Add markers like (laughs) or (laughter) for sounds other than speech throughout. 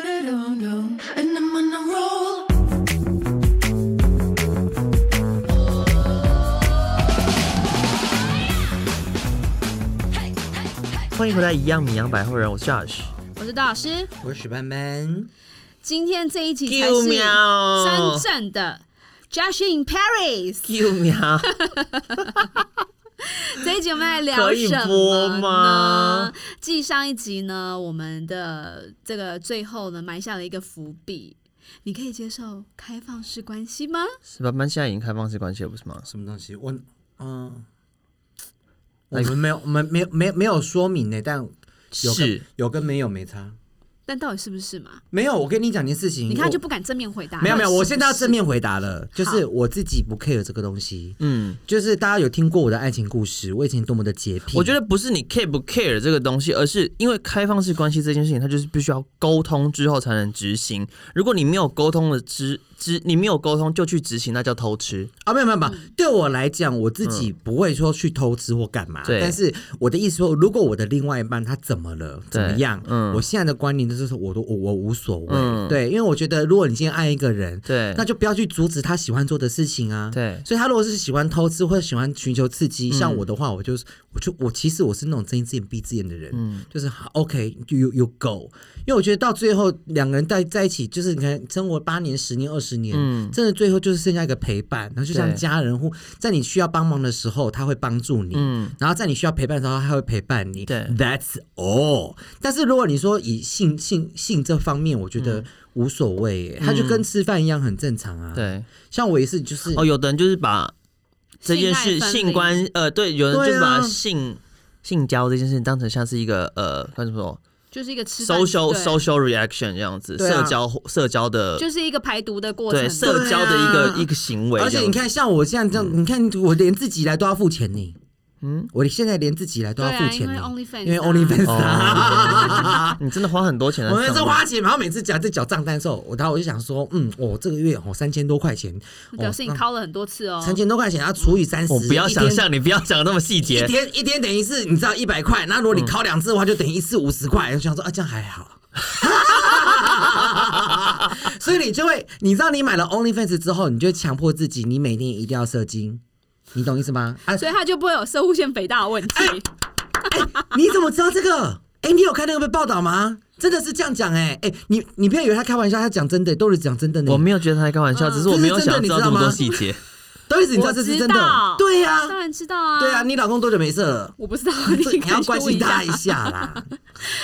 And I'm on a roll. 欢迎回来，一样米阳百货人，我是 Josh。我是大老师。我是许班班，今天这一集才救是命真正的 Josh in Paris。救命！这一集我们来聊可以什播么吗呢？继上一集呢，我们的这个最后呢埋下了一个伏笔。你可以接受开放式关系吗？是吧？班现在已经开放式关系了，不是吗？什么东西？我嗯，哎我们没有，我们没有，没有没有说明呢，但有跟是有跟没有没差。但到底是不是嘛？没有，我跟你讲件事情，你看我他就不敢正面回答。没有没有，到底我是现不在要是正。面回答了，就是好我自己不 care 这个东西。嗯，就是大家有听过我的爱情故事，我以前多么的洁癖。我觉得不是你 care 不 care 这个东西，而是因为开放式关系这件事情，它就是必须要沟通之后才能执行。如果你没有沟通的执执，你没有沟通就去执行，那叫偷吃。啊，没有没有没有，嗯对我来讲，我自己不会说去偷吃或干嘛。对但是我的意思说，如果我的另外一半他怎么了，怎么对样，嗯我现在的观念就是我都我我无所谓。嗯对，因为我觉得，如果你今天爱一个人，对那就不要去阻止他喜欢做的事情啊。。对，嗯所以，他如果是喜欢偷吃或者喜欢寻求刺激，像我的话，我就是，我就我其实我是那种睁一只眼闭一只眼的人，嗯就是好 OK，就 you you go，因为我觉得到最后两个人在在一起，就是你看生活八年、十年、二十年，嗯真的最后就是剩下一个陪伴，然后就像对家人或在你需要帮忙的时候，他会帮助你，嗯，然后在你需要陪伴的时候，他会陪伴你。对，That's all。但是如果你说以性性性这方面，我觉得无所谓耶，他就跟吃饭一样很正常啊。，嗯对。像我也是，就是哦，有的人就是把这件事性爱分离性关呃，对，有人就是把对啊性、性交这件事情当成像是一个呃，该怎么说就是一个吃饭，social 对 social reaction 这样子，对啊社交社交的就是一个排毒的过程对嘛。社交的一个、对啊一个行为。而且你，看，像我现在这样，嗯你看我连自己来都要付钱呢。嗯，我现在连自己来都对要啊，付因钱为呢， OnlyFans，因为啊 OnlyFans 啊。 (laughs) 哦你真的花很多钱来我上们班，是花钱，然后每次讲在缴账单的时候，我然后我就想说，嗯，我这个月哦三千多块钱， (laughs) 表示你掏了很多次哦。三千多块钱要除以三十，我不要一天想象，你不要讲得那么细一节。天一天等于是，你知道一百块，那如果你考两次的话，就等于一次五十块。我想说啊，这样还好。 (laughs) 所以你就会，你知道你买了 OnlyFans 之后，你就强迫自己，你每天一定要射精，你懂意思吗？啊，所以他就不会有射物腺肥大的问题。哎你怎么知道这个？哎、你有看那个报道吗？真的是这样讲哎、哎、你你不要以为他开玩笑，他讲真的、都是讲真的呢、我没有觉得他在开玩嗯笑，只是我没有这是真想要的你知道知道这么多吗细 (laughs) 节。都是你知道我这是知真的道，对呀、当然知道啊。对呀、你老公多久没射了？我不知道，这 (laughs) 你 (laughs) 你要关心他大一。下啦。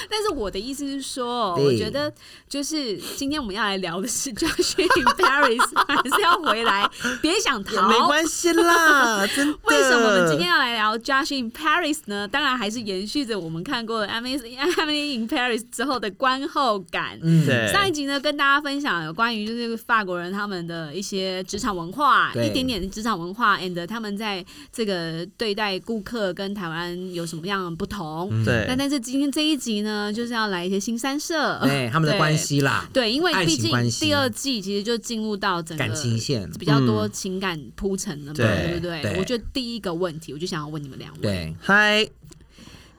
但是我的意思是说，对我觉得就是今天我们要来聊的是 Josh in Paris，还是要回来，别想也没逃。关系 (laughs) 啦，真的。为什么我们今天要来聊 Josh in Paris 呢？当然还是延续着我们看过的《Emily Emily in Paris》之后的观后感。嗯，对上一集呢，跟大家分享有关于就是法国人他们的一些职场文化，对一点点的职场文化，and 他们在这个对待顾客跟台湾有什么样的不同。那嗯对但是今天这一集呢，就是要来一些新三社， (laughs) 对他们的关。系啦，对，因为爱毕情竟关系第二季其实就进入到整个感情线。嗯比较多情感铺陈了嘛，对对不对？对我觉得第一个问题，我就想要问你们两位，对，嗨，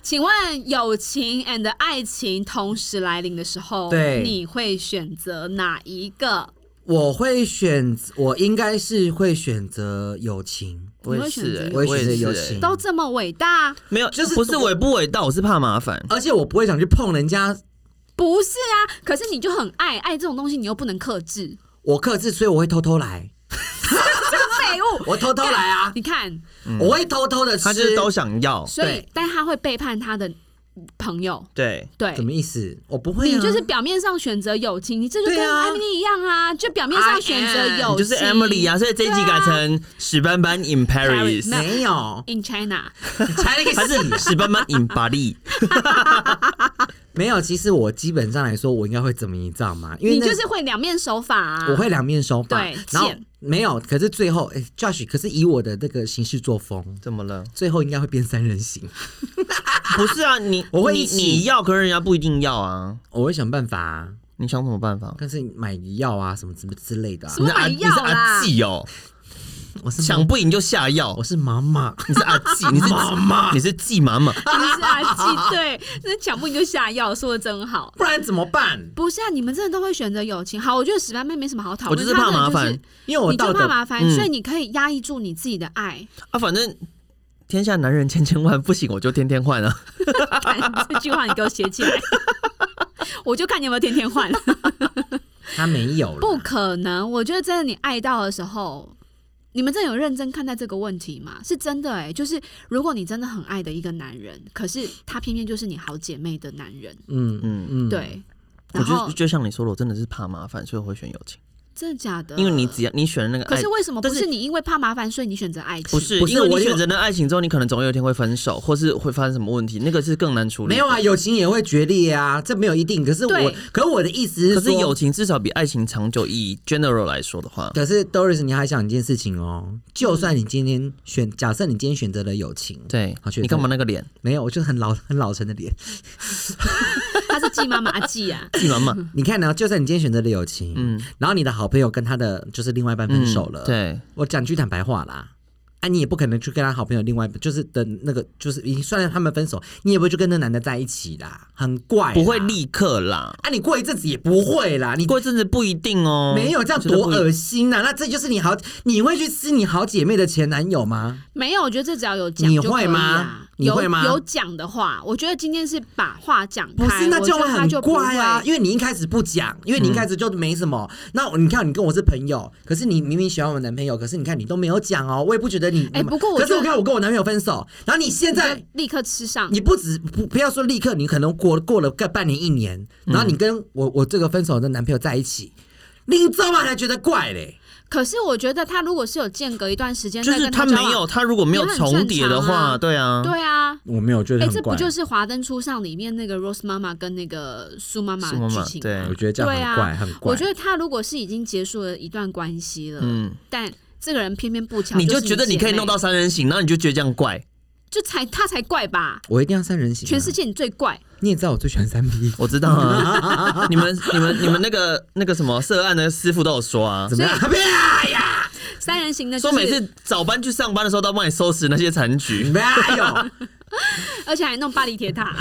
请问友情 and 爱情同时来临的时候，对你会选择哪一个？我会选，我应该是会选择友情，我你也会选是择欸，友我也也选择是友欸情。都这么伟大？没有，就是呃不是伟不伟大，我是怕麻烦。而且我不会想去碰人家，不是啊，可是你就很爱爱这种东西，你又不能克制，我克制，所以我会偷偷来，废 (laughs) 物！我偷偷来 (laughs) 啊，你看，我会偷偷的吃。他就是都想要，所以对但他会背叛他的朋友，对，对什。么意思？我不会、啊，你就是表面上选择友情，你这就对跟啊艾米丽一样啊，就表面上选择 I am 友你情，就是 Emily 啊，所以这一集改成史斑斑 in Paris， Paris，那 (laughs) 没有 In China，才那还个是史斑斑 in 巴黎？没有。其实我基本上来说，我应该会怎么，你知道吗？因为你那就是会两面手法、啊。我会两面手法，对然后贱没有。可是最后，哎、j o s h 可是以我的那个行事作风，怎么了？最后应该会变三人行。不是啊，你我会你一起你要，可是人家不一定要啊。我会想办法、啊，你想什么办法？但是买药啊什么什么之类的、啊什。么买你是阿药啦你是阿纪哦，我是抢不赢就下药我。是妈 (laughs) 妈，你是阿 (laughs) 季，你是妈妈你是季妈妈。不是啊，记对，那抢不赢就下药，说的真好。不然怎么办？不是啊，你们真的都会选择友情。好，我觉得史班妹没什么好讨我论，就是怕她真的麻就是烦因为我你就到怕的麻烦，所以你可以压抑住你自己的爱。 (laughs) 啊，反正天下男人千千万，不行我就天天换啊。看这句话你给我写起来， (laughs) 我就看你有没有天 (laughs) 天换。他没有不了，可能，我觉得真的你爱到的时候，你们真的有认真看待这个问题吗？是真的哎、就是如果你真的很爱的一个男人，可是他偏偏就是你好姐妹的男人，嗯嗯，嗯，，对。我然就后就像你说的，我真的是怕麻烦，所以我会选友情，真的假的？嗯因为你只要你选的那个可爱是。为什么不但是是你因为怕麻烦，所以你选择爱情？不是，不是因为我你有选择了爱情之后，你可能总有一天会分手，或是会发生什么问题，那个是更难处理。没有啊，，友情也会决裂啊，这没有一定。可是我对，可是我的意思是可是说友，情至少比爱情长久。以 general 来说的话，可是 Doris，你还想一件事情哦，就算你今天选，假设你今天选择了友情，对好，选择你干嘛那个脸？，没有，我就很老 (laughs) 很老成的脸。他是季妈妈季啊季满 (laughs) 满，你看呢、啊就算你今天选择了友情，嗯，然后你的好朋友跟他的就是另外一半分手了，嗯对，我讲句坦白话啦，啊，你也不可能去跟他好朋友另外就是的那个，就是已经算了他们分手，你也不会去跟那男的在一起啦，很怪啦，不会立刻啦。啊，你过一阵子也不会啦，你过一阵子不一定哦，没有这样我觉得多不一恶心啊呐、那这就是你好，你会去吃你好姐妹的前男友吗？没有，我觉得这只要有讲你就可以会吗啊你会吗有有讲的话，我觉得今天是把话讲开，不是，那我这觉样得会他很就不怪啊，会嗯因为你一开始不讲，因为你一开始就没什么。那我你看，你跟我是朋友，可是你明明喜欢我男朋友，可是你看你都没有讲哦，我也不觉得你。哎不过我可是觉得我看我跟我男朋友分手，然后你现在就立刻吃上。你不止不不要说立刻，你可能过过了个半年一年，嗯然后你跟我、我这个分手的男朋友在一起，你知道吗？才觉得怪嘞。可是我觉得他如果是有间隔一段时间，就再是跟他没交往有，他如果没有也很正重叠的常啊话，对啊，嗯对啊，我没有觉哎、这不就是《华灯初上》里面那个 Rose 妈妈跟那个苏妈妈苏妈的妈剧情吗？对哎觉得对啊，很我觉得他如果是已经结束了一段关系了，嗯但这个人偏偏不巧，你就就是觉得你可以姐妹弄到，三人行，然后你就觉得这样怪。就才他才怪吧？我一定要三人啊行、啊全世，界你最怪，你也知道我最喜欢三 (laughs) P，我知道啊，你们、你们、你们那个那个什么涉案的师傅都有说啊，怎么样？啪呀！三人行的、就说是，每次早班去上班的时候都要帮你收拾那些残局。没有，而且还弄巴黎铁 (laughs) 塔。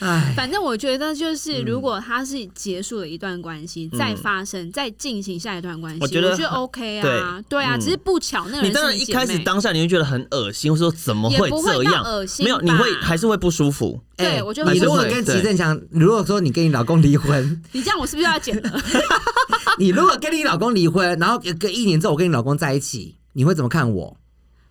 哎，反正我觉得嗯就是，如果他是结束了一段关系，再发生、再进行下一段关系，我我觉得 OK 啊，对啊，嗯只是不巧那个人是你当然一姐开始妹当下你会觉得很恶心，或者说怎么也不会这到样恶，心没有，你吧会还是会不舒服。对哎我觉得你还是如果会跟对齐正强，如果说你跟你老公离 (laughs) 婚，你这样，我是不是要剪了？ (laughs) 你如果跟你老公离婚，然后隔一年之后我跟你老公在一起，你会怎么看我？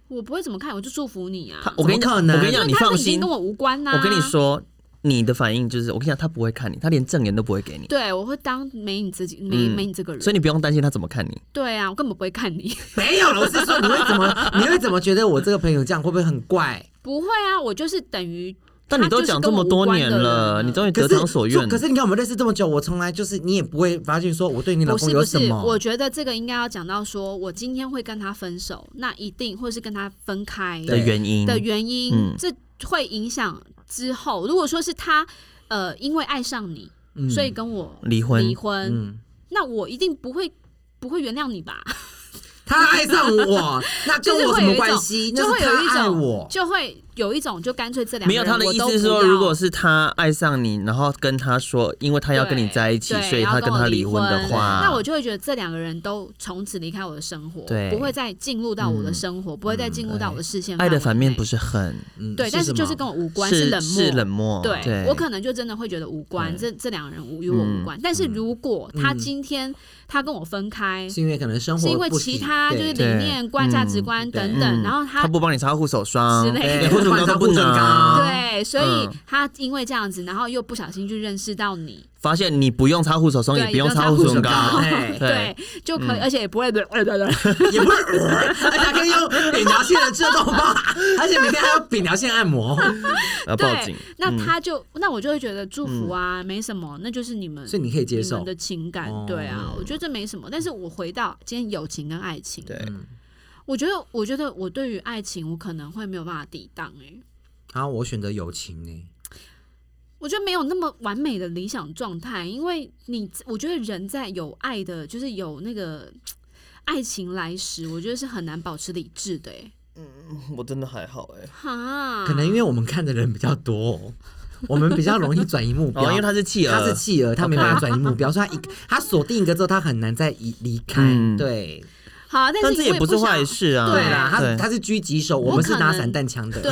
我不会怎么看，我就祝福你啊。他，我跟你讲，我怎么可能跟你讲，你因为他放们已心经跟，我无关啊呐、我跟你，说，你的反应就是，我跟你讲，他不会看你，他连正眼都不会给你，对我会当没你自己，没、嗯没你这个人。所以你不用担心他怎么看你。对啊，我根本不会看你， (laughs) 没有了，我是说你会怎么，你会怎么觉得我这个朋友这样会不会很怪？不会啊，我就是等于。但你都讲这么多年啊了，你终于可得是偿所就愿。可是你看，我们认识这么久，我从来就是你也不会发现说我对你老不公是有不什是，么。我觉得这个应该要讲到说，我今天会跟他分手，那一定或是跟他分开的对原因的原因，嗯这会影响之后。如果说是他呃因为爱上你，嗯所以跟我离婚离婚，嗯，那我一定不会不会原谅你吧？他爱上我，那跟就是我会什有么一种关，系？就会那有是一他爱种我，，就会有一种，就干脆这两个没有人他的我意都思是不说，要如果是他爱上你，然后跟他说，因为他要跟你在一起对，所以然后他跟他我离离婚的话，那我就会觉得这两个人都从此离开我的生活，对嗯哎不会再进入到我的生活，不会再进入到我的视线。爱的反面不是是恨，嗯对，但是就是跟我无关，是冷漠，是冷哦漠。对对，我可能就真的会觉得无关，这这两个人无与我无关。嗯但是如果他今天他跟我分开，是因为可能嗯生活是因为不行其他就是对 (laughs) 理念观、对价值观嗯等嗯等，然后他不帮你擦护手霜之类的你护手霜都不啊换成护唇拿，膏对，所以嗯他因为这样子，然后又不小心去认识到你，发现你不用擦护手霜，对也不用也不用擦擦护护唇手膏膏，对 (laughs) 对，就可嗯以，而且也不会， (laughs) 也不是，而且还可以用扁桃腺的震动棒，而且每天还有扁桃腺按摩， (laughs) 要报警嗯对。，嗯那他就那我就会觉得祝福啊，没什么，那就是你们，所以你可以接你受们的。情感哦，对啊，我觉得这没什么。但是我回到今天友情跟爱情，对，我觉得我觉得我对于爱情，我可能会没有办法抵挡哎。然后我选择友情欸呢，我觉得没有那么完美的理想状态，因为你，我觉得人在有爱的，就是有那个爱情来时，我觉得是很难保持理智的哎。我真的还好哎、哈，可能因为我们看的人比较多、我们比较容易转移目标，哦，因为他是企鹅，他是企鹅，他没办法转移目标，所 (laughs) 以他一他锁定一个之后，他很难再移离开。嗯对，好啊，但但这是也我不是想坏。事啊。对对啦，他对他是狙击手，我我们是可拿能散弹枪的， (laughs) 对，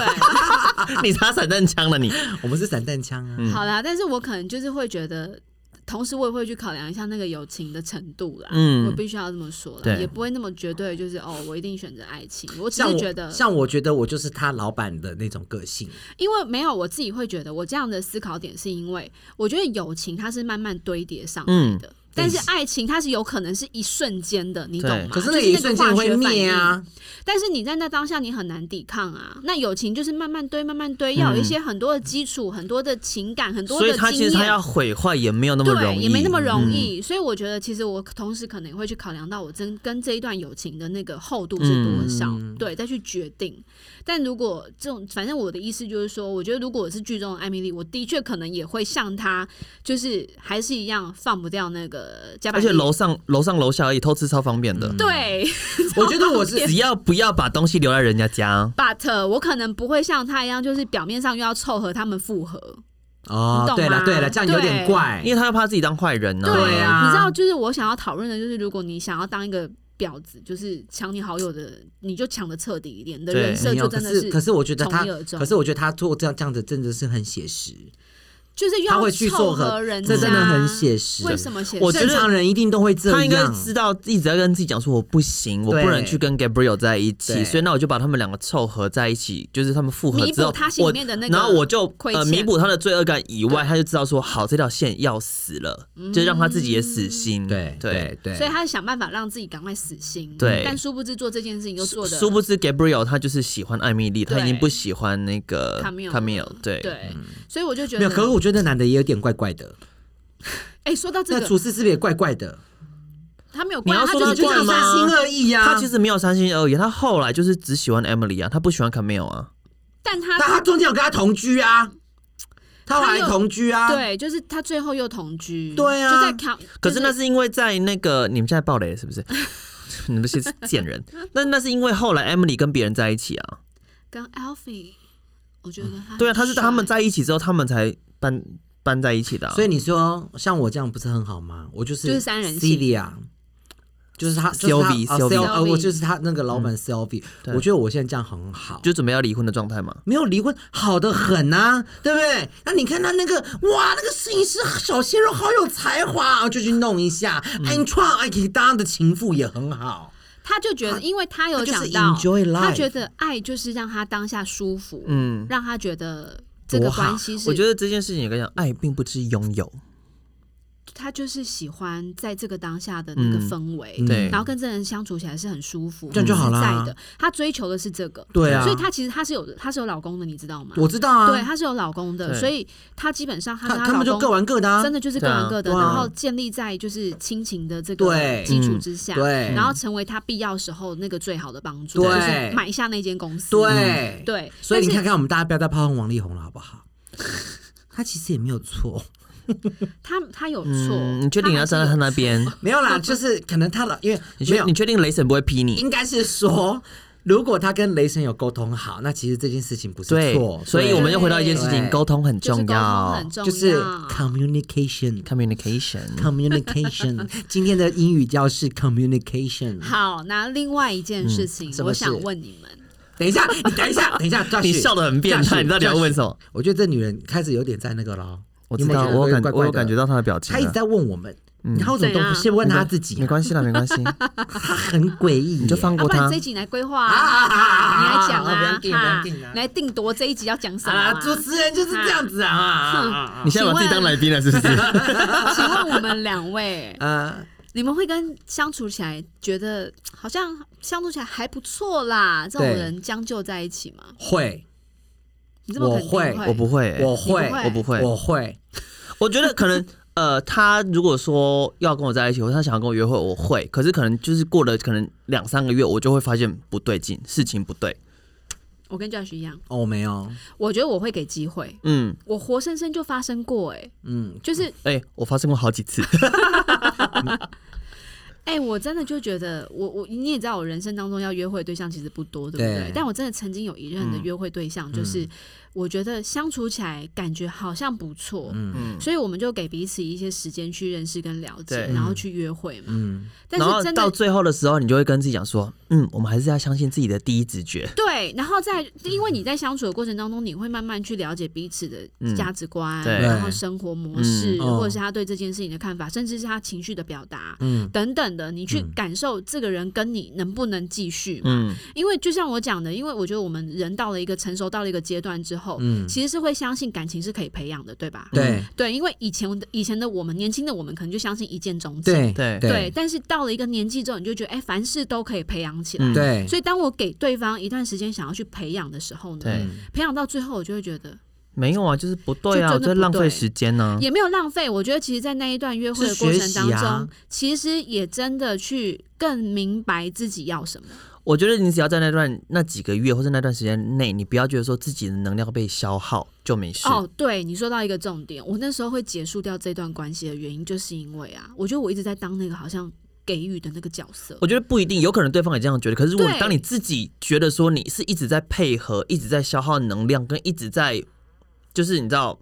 你插散弹枪了你，我们是散弹枪嗯啊。好啦，但是我可能就是会觉得，同时我也会去考量一下那个友情的程度啦。嗯我必须要这么说啦，对也不会那么绝对，就是哦，我一定选择爱情。我只像是我觉得，像我觉得我就是他老板的那种个性，因为没有我自己会觉得，我这样的思考点是因为我觉得友情它是慢慢堆叠上来嗯的。但是爱情它是有可能是一瞬间的，你懂对吗？可是就那是个一个瞬间化会学反灭应啊。但是你在那当下你很难抵抗啊。那友情就是慢慢堆，慢慢堆，嗯要有一些很多的基础、很多的情感、很多所以的经他验。其实他要毁坏也没有那么容对，易，嗯也没那么容易，所以我觉得其实我同时可能也会去考量到我真跟这一段友情的那个厚度是多少，嗯对，再去决定。但如果这种，反正我的意思就是说，我觉得如果我是剧中的艾米丽，我的确可能也会像她，就是还是一样放不掉那个加百而利且楼上楼上楼下而已，偷吃超方便的。对。 (laughs) 我觉得我是只要不要把东西留在人家家， But 我可能不会像他一样，就是表面上又要凑合他们复合，哦你，懂对了吗对了，这样有点对怪因，为他又怕自己当坏人呢、对啊你知道，就是我想要讨论的，就是如果你想要当一个婊子，就是抢你好友的，你就抢的彻底一点，你的对人设没有。就可真的是可是我觉得从他一而，终可是我觉得他做这样这样子真的是很写实，就是又他要会去凑做合人家，这真的很写实。为什么写？我觉正得常人一定都会这样。他应该知道一直在跟自己讲说我不行，我不能去跟 Gabriel 在一起，对所以那我就把他们两个凑合在一起，就是他们复合弥之补后，他心里我面的那个然后我就亏呃欠弥补他的罪恶感以外，他就知道说好这条线要死了，就让他自己也死心。嗯对对。对，所以他想办法让自己赶快死心。对但殊不知做这件事情又做的殊不知 Gabriel 他就是喜欢艾米丽，他已经不喜欢那个他没有卡米尔。对，对，所以我就觉嗯没得有。可是我觉得那男的也有点怪怪的，哎，说到这那个，厨师是不是也怪怪的？他没有你关要啊，说他到就是你就怪是吗三心二意啊呀。他其实没有三心二意，他后来就是只喜欢 Emily 啊，他不喜欢 Camille 啊。但那他他中间有跟他同居啊，他后来同居啊，，对，就是他最后又同居，对啊就在扛。可是那就是因为在那个你们现在爆雷了是不 (laughs) 是？你们是贱人。那那是因为后来 Emily 跟别人在一起啊。跟 Alfie，我觉得嗯他对啊，他是他们在。在一起之后，他们才搬搬在一起的、啊。所以以你说像我这样不是很好吗？我就是就是三人行 Celia，就是他 Sylvie，就 Sylvie 是他嗯哦 Syl- 呃 Sylvie 我就是他那个老板 Sylvie，对我觉得我现在这样很好，就准备要离婚的状态嘛。没有离婚，好的很呐、对不对？那你看他那个，哇，那个摄影师小鲜肉好有才华，啊就去弄一下。嗯安创爱给当的情妇也很好，他就觉得，因为他有他就是讲到， enjoy life 他觉得爱就是让他当下舒服，嗯，让他觉得这多个好关系是，我觉得这件事情也跟你讲，爱并不是拥有。他就是喜欢在这个当下的那个嗯氛围，对然后跟这人相处起来是很舒服、这样就好啦很自在的。他追求的是这个，对啊所以他其实他是有他是有老公的，你知道吗？我知道啊。对，他是有老公的，对所以他基本上他他跟他老们公就各玩各的、啊，真的就是各对啊玩各的，对啊然后建立在就是亲情的这个对基础之下，嗯对然后成为他必要时候那个最好的帮助，对就是买下那间公司，嗯对、。对，所以你但是看看我们大家不要再炮轰王力宏了，好不好？ (laughs) 他其实也没有错，他他有错，嗯，你确定你要站在他那边？ (laughs) 没有啦，就是可能他老因为你没确有你确定雷神不会劈你？应该是说，如果他跟雷神有沟通好，那其实这件事情不是对错，，所以我们就回到一件事情，对沟通很就是重沟通要很重要，就是 communication。 ，communication。 (laughs) communication，今天的英语教室 communication。好，那另外一件事情，嗯什么我想事问你们，等一下，你等一下， (laughs) 等一下，Josh，你笑得很变态， Josh，你到底要问 Josh，什么？我觉得这女人开始有点在那个了，我你知有没有道，觉得我有感怪怪我有的感觉，到他的表情她一直了。在问我们，然后怎怎么都样不先问她自己啊没，关系啦，没关系，她很诡异耶，你就放要过啊不然他你这。一集来规划啊啊，啊啊你啊！来讲啊不啊要，紧不哈要紧啊你来定夺这一集要讲什好么啊啦，主持人就是这样子啊啊啊啊你现在把自己当来宾了，是不是？ (laughs) 请问我们两位，啊！啊呃你们会跟相处起来觉得好像相处起来还不错啦，这种对人将就在一起吗？会，你这么肯定我会我不会欸，我你会不，我不会，我会，我觉得可能。呃，他如果说要跟我在一起，或者他想要跟我约会，我会。可是可能就是过了可能两三个月，我就会发现不对劲，事情不对。我跟 Josh 一样，哦，没有，我觉得我会给机会，嗯，我活生生就发生过、欸，哎，嗯，就是哎、我发生过好几次。哎、我真的就觉得，我我你也知道，我人生当中要约会对象其实不多，对不对？对但我真的曾经有一任的约会对嗯象，就是、我觉得相处起来感觉好像不错，嗯，所以我们就给彼此一些时间去认识跟了解，对然后去约会嘛。嗯， (laughs) 但然后是真到的最后的时候，你就会跟自己讲说，嗯，我们还是要相信自己的第一直觉。对，然后在因为你在相处的过程当中，你会慢慢去了解彼此的价值观，对然后生活模式，嗯哦或者是他对这件事情的看法，甚至是他情绪的表达。嗯等等的，你去感受这个人跟你能不能继续嘛？嗯，因为就像我讲的，因为我觉得我们人到了一个成熟到了一个阶段之后，嗯其实是会相信感情是可以培养的，对吧？对对，因为以前的以前的我们，年轻的我们可能就相信一见钟情，对对对，但是到了一个年纪之后，你就觉得哎，凡事都可以培养起来。嗯对，所以当我给对方一段时间想要去培养的时候对呢，培养到最后，我就会觉得没有啊，就是不对啊，就我真的在浪不费对时间啊呢、也没有浪费。我觉得其实，在那一段约会的嗯是过学程习当中，啊其实也真的去更明白自己要什么。我觉得你只要在那段那几个月或者那段时间内，你不要觉得说自己的能量被消耗就没事。哦，对你说到一个重点，我那时候会结束掉这段关系的原因，就是因为啊，我觉得我一直在当那个好像给予的那个角色。我觉得不一定，有可能对方也这样觉得。可是如果你对当你自己觉得说你是一直在配合、一直在消耗能量，跟一直在就是你知道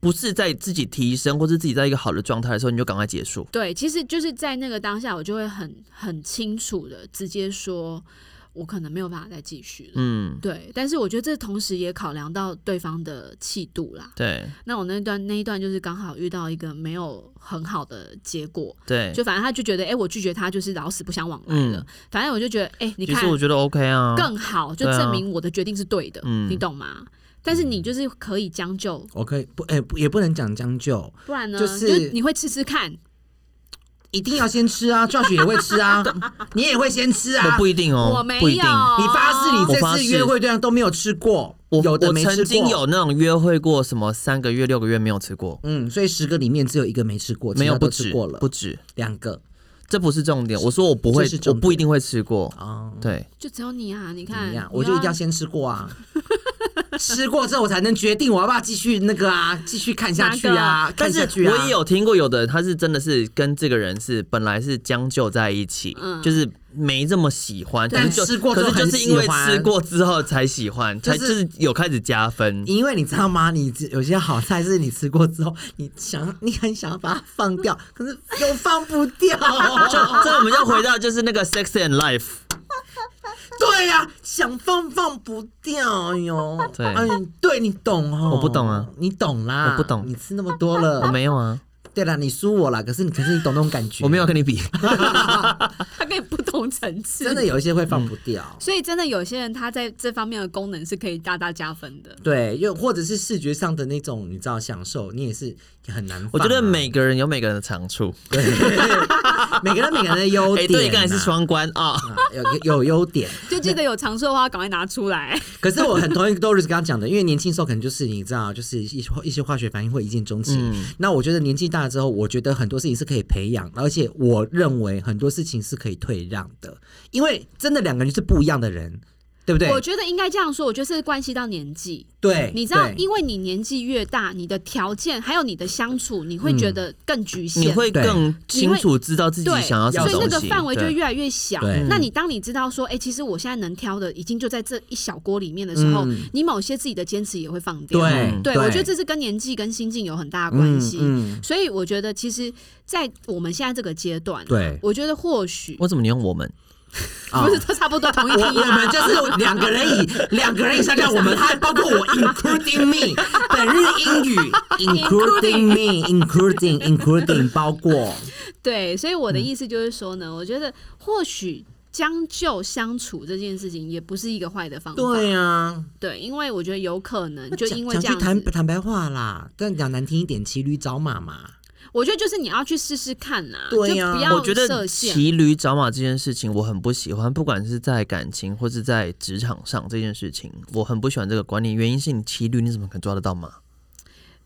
不是在自己提升，或是自己在一个好的状态的时候，你就赶快结束。对，其实就是在那个当下，我就会很很清楚的直接说，我可能没有办法再继续了。嗯，对，但是我觉得这同时也考量到对方的气度啦。对那我那段那一段就是刚好遇到一个没有很好的结果，对，就反正他就觉得，哎、我拒绝他就是老死不相往来了。嗯反正我就觉得，哎、你其看实我觉得 OK 啊，更好，就对啊证明我的决定是对的，嗯你懂吗？但是你就是可以将就，我可以不哎、不也不能讲将就，不然呢，就是你会吃吃看，一定要先吃啊，Josh 也会吃啊，你也会先吃我啊，不一定哦，我没有，不一定。你发誓你我发这次誓约会对象都没有吃过，我有的我没曾吃经过，有那种约会过，什么三个月、六个月没有吃过，嗯，所以十个里面只有一个没吃过，没有其他不都吃止过了不，止，两个这不是重点。我说我不会这是，重我点不一定会吃过。哦，对，就只有你啊！你怎么看样，？你我就一定要先吃过啊。 (laughs) 吃过之后，我才能决定我要不要继续那个啊，继续看下去哪啊，但看是下去啊。我也有听过有的人，他是真的是跟这个人是本来是将就在一起，嗯就是没这么喜欢，可但是就吃过之可后是就是因为很喜欢吃过之后才喜欢，才就就是有开始加 (laughs) 分。因为你知道吗？你只有些好菜是你吃过之后，你想你很想要把它放掉，可是又放不 (laughs) 掉。就这我们就回到就是那个 sex and life，对呀、想放放不掉哟。 (laughs) 对哎，对你懂哦。我不懂啊，你懂啦，我不懂你吃那么多了。 (laughs) 我没有啊，对啦，你输我啦，可是你可是你懂那种感觉。我没有，跟你比， (laughs) 他可以不同层次，真的。有一些会放不掉。嗯所以真的有些人他在这方面的功能是可以大大加分的。对，又或者是视觉上的那种，你知道享受，你也是很难放啊、 (laughs) 我觉得每个人有每个人的长处。对 (laughs) 每个人每个人的优 (laughs) 哎，点、对，刚才是。双关啊，啊，有有有优点，就记得有长处的话，赶快拿出来。可是我很同意 Doris 刚刚讲的，因为年轻时候可能就是你知道，就是一些一些化学反应会一见钟情。嗯那我觉得年纪大了之后，我觉得很多事情是可以培养，而且我认为很多事情是可以退让的，因为真的两个人就是不一样的人，对不对我？觉得应该这样说，我觉得是关系到年纪。对，你知道，对因为你年纪越大，你的条件还有你的相处，你会觉得更局限。你会对更清楚知道自己对，想要什么所以那东个西。范围就对越来越小对。那你当你知道说，哎、其实我现在能挑的已经就在这一小锅里面的时候，嗯你某些自己的坚持也会放掉。对嗯对，我觉得这是跟年纪跟心境有很大的关系。嗯嗯所以我觉得，其实，在我们现在这个阶段，对我觉得或许为什么你用我们？啊 (laughs) 不是都差不多同一批啊我我们吗？啊就是两个人以两个人以上叫我们，还包括我 (laughs)，including me，本日英语，including me，including including 包括，对，所以我的嗯意思就是说呢，我觉得或许将就相处这件事情也不是一个坏的方法。对啊，对因为我觉得有可能就因为讲这讲样句坦子，坦白话啦，但讲难听一点，骑驴找马嘛，我觉得就是你要去试试看呐、对呀就不要我觉得设限。骑驴找马这件事情我很不喜欢，不管是在感情或是在职场上这件事情，我很不喜欢这个观念。原因是你骑驴，你怎么可能抓得到马？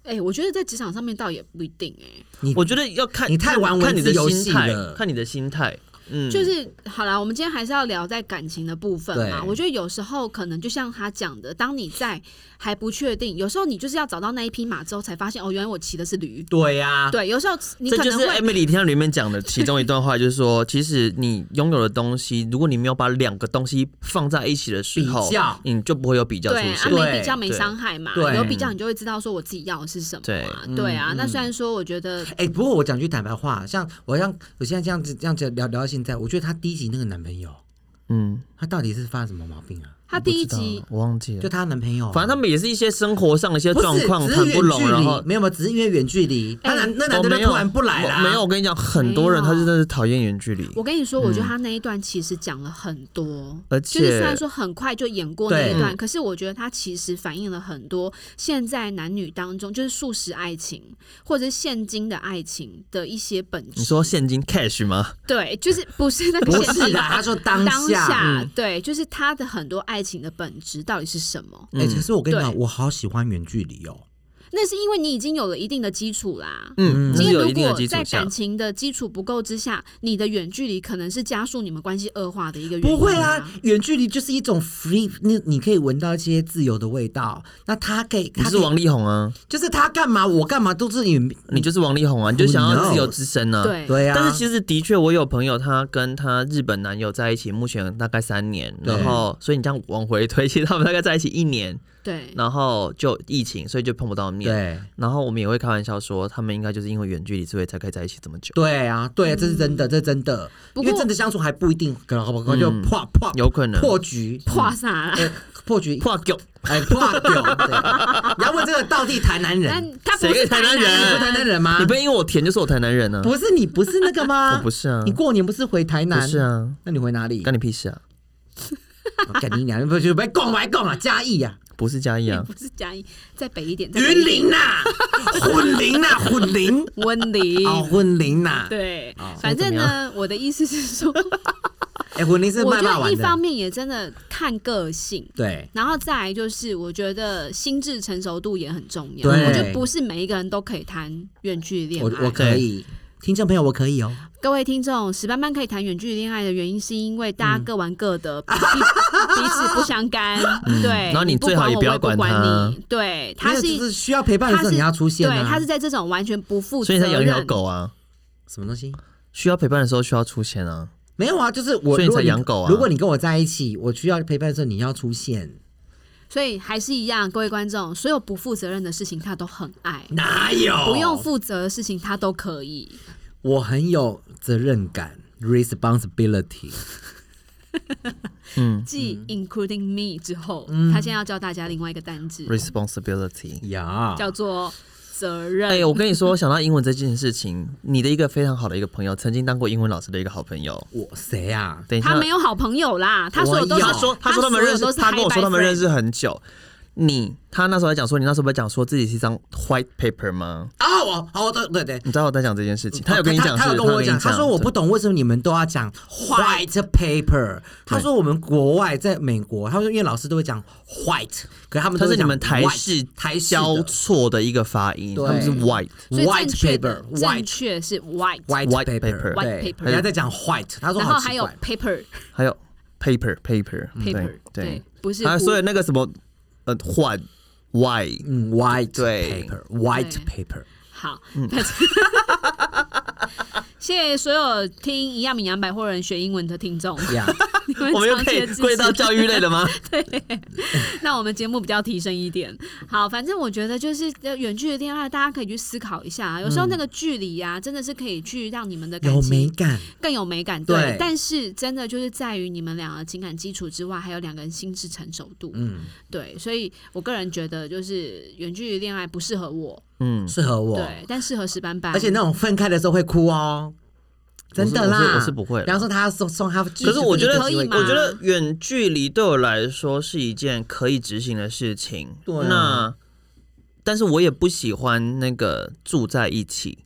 哎、我觉得在职场上面倒也不一定哎、你我觉得要看你太玩文看你的字游心戏态，了看你的心态。嗯，就是好啦，我们今天还是要聊在感情的部分嘛。对我觉得有时候可能就像他讲的，当你在还不确定，有时候你就是要找到那一匹马之后，才发现哦，原来我骑的是驴。对啊呀、对，有时候啊你这可就能是会 Emily 听到里面讲的其中一段话，就是说，其实你拥有的东西，如果你没有把两个东西放在一起的时候比较，你就不会有比较出对啊，现。没比较对没伤害嘛，对有比较你就会知道说我自己要的是什么啊。对对啊，嗯那虽然说我觉得哎、不过我讲句坦白话，像我像我现在这样子这样子聊聊到现在，我觉得她第一集那个男朋友，嗯，她到底是犯什么毛病啊？他第一集我忘记就了，她男朋友啊，反正他们也是一些生活上的一些不状是况只谈是不远距拢，然离后没有没有，只是因为远距离，那男那男哦的没就有突然不来啦，我没有，我跟你讲，很多人没他有啊是真的讨厌远距离，我跟你说，我嗯觉得他那一段其实讲了很多，而就是虽且然说很快就演过那一对段，可是我觉得他其实反映了很多现在男女当中就是素食爱情或者是现今的爱情的一些本质。你说现金 cash 吗？对，就是不是那个不现是今的，他说当当下。嗯下对，就是他的很多爱情的本质到底是什么？嗯哎、可是我跟你讲，对我好喜欢远距离哦。那是因为你已经有了一定的基础啦。嗯，这是今天有一如定的果基础在下感。情的基础不够之下，你的远距离可能是加速你们关系恶化的一个原因、不会啊，远距离就是一种 free，你你可以闻到一些自由的味道。那他可以，你他是可以王力宏啊，就是他干嘛我干嘛都是你，你就是王力宏啊，你就想要自由之身啊。对对啊。但是其实的确，我有朋友，她跟她日本男友在一起，目前大概三年，对然后所以你这样往回推，其实他们大概在一起一年，对，然后就疫情，所以就碰不到面。对然后我们也会开玩笑说，他们应该就是因为远距离，所以才可以在一起这么久。对啊，对，这是真的，这是真的。不因过为真的相处还不一定，可能好不好就嗯破破有可能破局破啥嗯啦？哎破局破狗，哎破掉。对你要问这个到底台南但人，他不谁是是台南你人不台南人吗？你不要因为我甜就说我台南人啊？不是你不是那个 (laughs) 吗？我不是啊你，过年不是回台不南？是，啊，那你回哪里？干你屁事啊！我 (laughs) 干你娘！不就别供来供啊，嘉 (laughs) 义啊，不是嘉义啊，不是嘉义，再北一点，再北一云点林啊呐，混龄呐， (laughs) 混龄 (laughs) 温林。啊，混龄呐。对，哦所以反怎正么呢，我的意思是说，哎，混 (laughs) 龄是我卖觉霸得一王方的。面也真的看个性，对，然后再来就是，我觉得心智成熟度也很重要。对我觉得不是每一个人都可以谈远距离恋我我爱。可以，听众朋友我可以哦。各位听众，史班班可以谈远距离恋爱的原因，是因为嗯大家各玩各的，彼 (laughs) 此彼此不相干。对，嗯然后你你最好也不不要管我我管也不他管你。对，没他有是就是需要陪伴的时候你要出现对，啊。他是在这种完全不负责所以任。才养一条狗啊。什么东西？需要陪伴的时候需要出现啊。没有啊，就是我。所以你才如果养狗啊如果你跟我在一起，我需要陪伴的时候你要出现。所以还是一样，各位观众，所有不负责任的事情他都很爱，哪有？哦不用负责的事情他都可以。我很有责任感，responsibility。嗯继 including me 之后，他现在要教大家另外一个单字，嗯 (laughs) ，responsibility。呀，叫做责任。哎、我跟你说，想到英文这件事情，你的一个非常好的一个朋友，曾经当过英文老师的一个好朋友。我谁啊？等一下，他没有好朋友啦，他所有都是我有他说他说他所们有认识都，他跟我说他们认 high 识很久。你他那时候还讲说，你那时候不是讲说自己是一张 white paper 吗？啊，我哦，对对对。你知道我在讲这件事情，他有跟你讲是，哦他有跟我有讲，你他说我不对懂为什么你们都要讲 white paper。他说我们国外在美国，他说因为老师都会讲 white，可是他们他是都会你讲们台 white，式台式交错的一个发音，对他们是 white。白 friend 所以 white 正确的正 paper white 确是 white， white white paper paper white paper 人家在讲 white，他说然后好还奇有怪。 paper 还有 paper paper paper，嗯对对，不是对，还有啊所以呼那个什么呃换 why 嗯，white 对 paper，white 对 paper，好，嗯反正 (laughs) 谢谢所有听一亚米阳百货人学英文的 (laughs) 听众，呀，你们我们又长可期以的支归持到教育类了吗？ (laughs) 那我们节目比较提升一点。好，反正我觉得就是呃远距离恋爱，大家可以去思考一下啊。有时候那个距离啊，真的是可以去让你们的感有美情感。更有美感。对但是真的就是在于你们两个情感基础之外，还有两个人心智成熟度。嗯，对，所以我个人觉得就是远距离恋爱不适合我，嗯，适合我。对，但适合石斑斑。而且那种分开的时候会哭哦，真的啦，我是我是我是不会啦比方说他送送他，可是我觉得，可以吗我觉得远距离对我来说是一件可以执行的事情。对啊那但是我也不喜欢那个住在一起，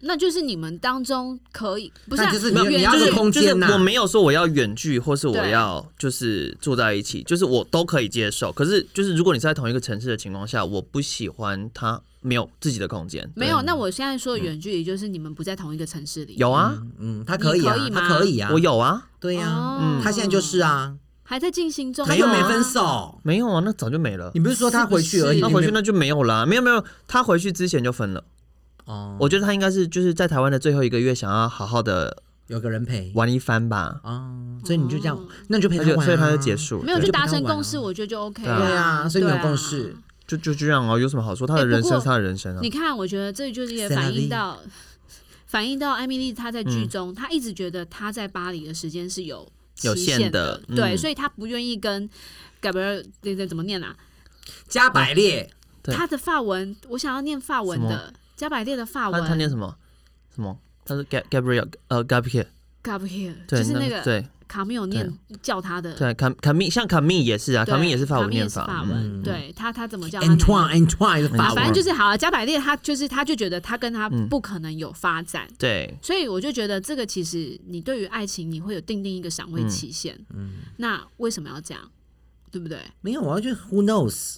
那就是你们当中可以不是、啊、那就是没你有你远要距有离空间就是我呐。没有说我要远距，或是我对要就是住在一起，就是我都可以接受。可是就是如果你是在同一个城市的情况下，我不喜欢他没有自己的空间。没有，那我现在说的远距离就是你们不在同一个城市里。有啊，嗯，他可以啊你可以，吗他可以啊，我，有啊，对呀、哦他现在就是啊，还在进哦行中，他又没分。手，没有啊，那早就没了你。不是说他回去而已，是那不回去你没那就没有啦，没有没有，他回去之前就分了。哦，我觉得他应该是就是在台湾的最后一个月，想要好好的有个人陪玩一番吧，哦，所以你就这样，那你就陪他他就玩、啊，所以他就结，束了，没有对就就达成不要玩共识，啊我觉得就 OK 对了。啊对啊，所以你们有对啊共识，就就这样哦，有什么好说？他哎的不人生过是他的人生啊你。看，我觉得这就是也 C'est la 反映 vie 到反映到艾米丽她在剧嗯中，她一直觉得她在巴黎的时间是有有期限限的对，嗯所以她不愿意跟 Gabriel 这这怎么念啊？加百列，对她的法文，我想要念法文什的加百列的法他他念文什么？什么？他是 Gab Gabriel 呃 Gabriel， Gabriel，对，就是那个对卡米有念叫她的。对，卡卡密像卡密也是啊，对卡密也是法文卡米念也是法法嗯文，对她她怎么叫她男友 Antoine Antoine 是啊，法反正就文，是好啊。加百列他就是他就觉得他跟他嗯不可能有发展，对，所以我就觉得这个其实你对于爱情你会有定定一个赏嗯味期限，那为什么要这样，对不对？没有，我要去 Who knows。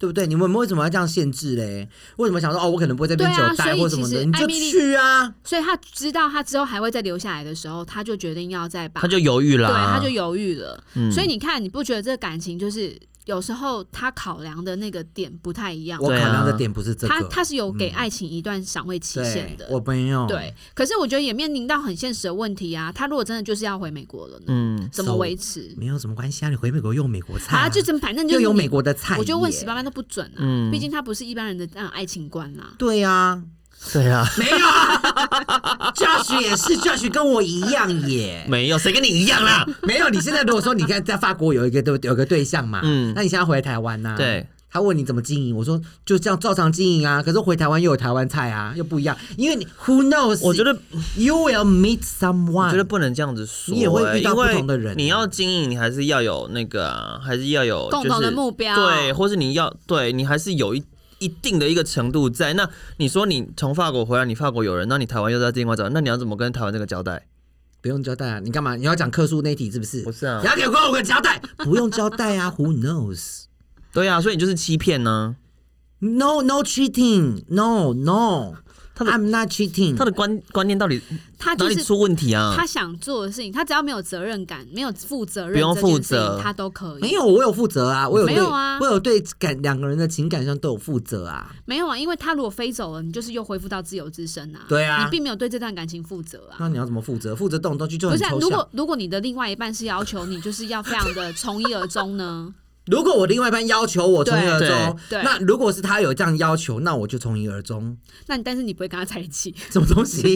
对不对？你们为什么要这样限制嘞？为什么想说哦，我可能不会在这边对啊久待、所以或什么其的，实你就艾米丽去啊！所以他知道他之后还会再留下来的时候，他就决定要再把他就犹豫对啦，啊他就犹豫了。嗯所以你看，你不觉得这个感情就是有时候他考量的那个点不太一样？我考对啊量的点不是这个，嗯他他是有给爱情一段赏味期限对的，，我没有，对，。可是我觉得也面临到很现实的问题啊，他如果真的就是要回美国了呢？嗯，怎么 So- 维持？没有什么关系啊，你回美国用美国菜、啊，就是反正就又是有你美，国的菜耶，我就问十八般都不准啊，嗯毕竟他不是一般人的那种爱情观啦、对 (laughs) 啊，对啊，没有啊，Josh 也是，Josh 跟我一样耶。没有谁跟你一 (laughs) 样啦，没有，你现在如果说你看在法国有一个对有个对象嘛，嗯嗯，那你现在回台湾呐、对。他问你怎么经营，我说就这样照常经营啊。可是回台湾又有台湾菜啊，又不一样。因为你 Who knows？我觉得 You will meet 我 someone。觉得不能这样子说、你也会遇到欸因为不同的人啊你要经营，你还是要有那个啊、还是要有、就是、共同的目标对，或是你要对你还是有一一定的一个程度在。那你说你从法国回来，你法国有人，那你台湾又在另外找，那你要怎么跟台湾这个交代？不用交代啊，你干嘛？你要讲克数那一题是不是？不是啊你要给我个交 (laughs) 代，不用交代啊。Who knows？对啊，所以你就是欺骗啊呢、 No, no cheating. No, no. 他的 I'm not cheating. 他的观观念到底他哪就里是出问题啊？他想做的事情，他只要没有责任感，没有负责任，不用负责他都可以。没有，我有负责啊，我有对，没有啊我有对感两个人的情感上都有负责啊。没有啊，因为他如果飞走了，你就是又恢复到自由之身啊。对啊你并没有对这段感情负责啊。那你要怎么负责？负责动来动去就不很是、啊，抽如象果。如果你的另外一半是要求你，就是要非常的从一而终呢？ (laughs) 如果我另外一半要求我从一而终，对对那如果是他有这样要求，那我就从一 (laughs) 而终。那你但是你不会跟他在一起，什么东西？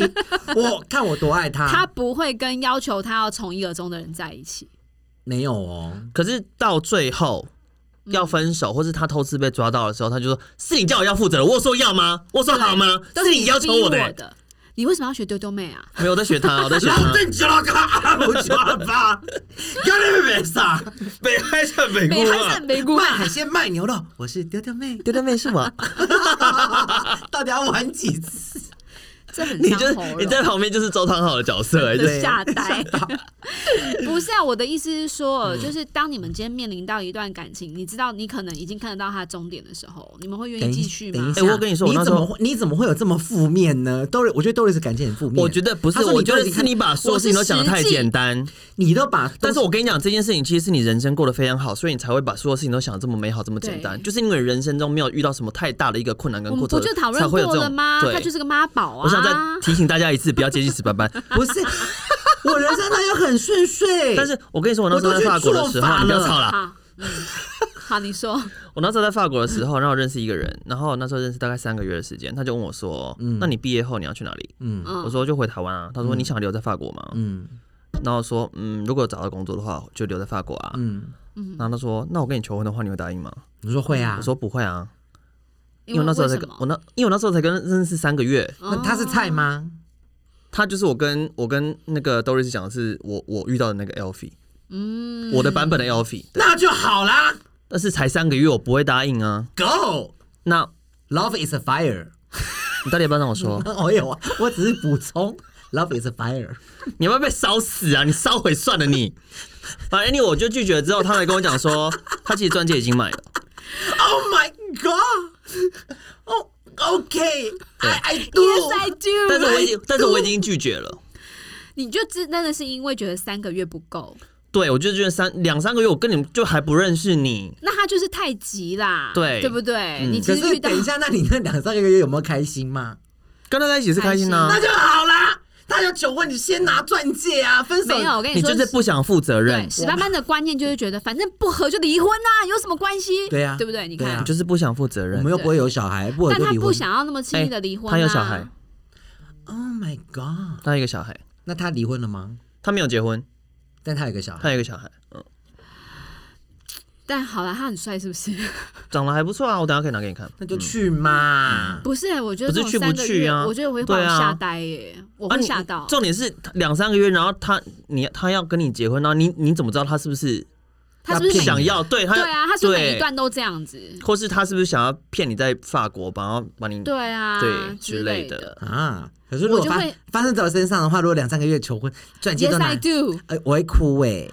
我看我多爱他，他不会跟要求他要从一而终的人在一起。没有哦。可是到最后要分手，或是他偷吃被抓到的时候，他就说：“是你叫我要负责的，我有说要吗？我说好吗？都是你你要求逼我我的欸、的，你为什么要学丢丢妹啊？没有，我在学他，我在学老他。邓叫我干阿姆抓 (laughs) 吧，干你们没啥，北海扇北北海是北姑卖啊，海鲜卖牛肉，我是丢丢妹，对对，没什 (laughs) 么。到底要玩几次？这很你伤就是喉咙。你在旁边就是周汤好的角色、欸，就是对 (laughs) 吓呆。 (laughs) 不是啊，我的意思是嗯说，就是当你们今天面临到一段感情，你知道你可能已经看得到它终点的时候，你们会愿等意继一续等吗一？下，哎我跟你说我那你时怎候么会你怎么会有这么负面呢？豆瑞，我觉得豆瑞是感情很负面。我觉得不是，他说我你觉都已得经是看你把所有事情都想的太简单。你都把，但是我跟你讲，这件事情其实是你人生过得非常好，所以你才会把所有事情都想得这么美好、这么简单。对就是因为人生中没有遇到什么太大的一个困难跟我们挫不折，就讨才论会有过这了种吗？对他就是个妈宝啊！我想再提醒大家一次，不要接近死板板。不是我人生哪有很顺遂？但是哎我跟你说，我那时候在法国的时候，你我都去做法了不要吵啦。好，嗯，好，你说，我那时候在法国的时候，然后我认识一个人，然后那时候认识大概三个月的时间，他就问我说：“那你毕业后你要去哪里？”嗯嗯，我说：“就回台湾啊。”他说：“你想留在法国吗？”嗯然后我说：“嗯，如果找到工作的话，就留在法国啊。嗯，然后他说：“那我跟你求婚的话，你会答应吗？”你说会嗯啊我？说：“不会啊，因因我那时候才为什跟么我那因为我那时候才跟认识三个月，那他是菜吗？哦他他就是我跟我跟那个 Doris 讲的是我我遇到的那个 Elfi，嗯，我的版本的 Elfi，那就好啦。但是才三个月，我不会答应啊。 Go, 那 love is a fire。 (laughs) 你到底要不要让我嗯说？哦有啊，我只是补充，love is a fire。你要不要被烧死啊？你烧毁算了你。反正 anyway 我就拒绝了之后，他来跟我讲说，他其实钻戒已经买了。 Oh my god！哦， OK，I I Yes, I do。 do。但是我已经，但是我已经拒绝了。 (laughs) 你就真真的是因为觉得三个月不够，对，我就觉得三两三个月，我跟你们就还不认识你，那他就是太急啦，对对不对？嗯你其可实是遇到等一下，那你那两三个月有没有开心吗？跟他在一起是开心啊开那。就好啦。他有求婚，你先拿钻戒啊！分手没有，我跟你说，就是不想负责任对，啊十八般的观念就是觉得反正不合就离婚呐、有什么关系？对啊对不对？你对看啊你，就是不想负责我任们。又不会有小孩，不会但就他离不婚。想要那么轻易的哎离婚、啊他有小孩， Oh my god！他有一个小孩，那他离婚了吗？他没有结婚，但他有个小孩，他有一个小孩，嗯，但好了，他很帅是不是？ (laughs) 长得还不错啊，我等一下可以拿给你看。那就去嘛。不是、我觉得不是这种去不三个去月啊我觉得我会把我对啊吓呆耶、我啊会你吓到。重点是两三个月，然后他你他要跟你结婚，然后你你怎么知道他是不是他是不是他骗想？想要？对他对啊，他是不是每一对段都这样子。或是他是不是想要骗你在法国，然后把你对啊，对之之类的。。啊！可是如果我就发会发生在我身上的话，如果两三个月求婚，钻戒 Yes, 都拿 I，do。哎，我会哭哎。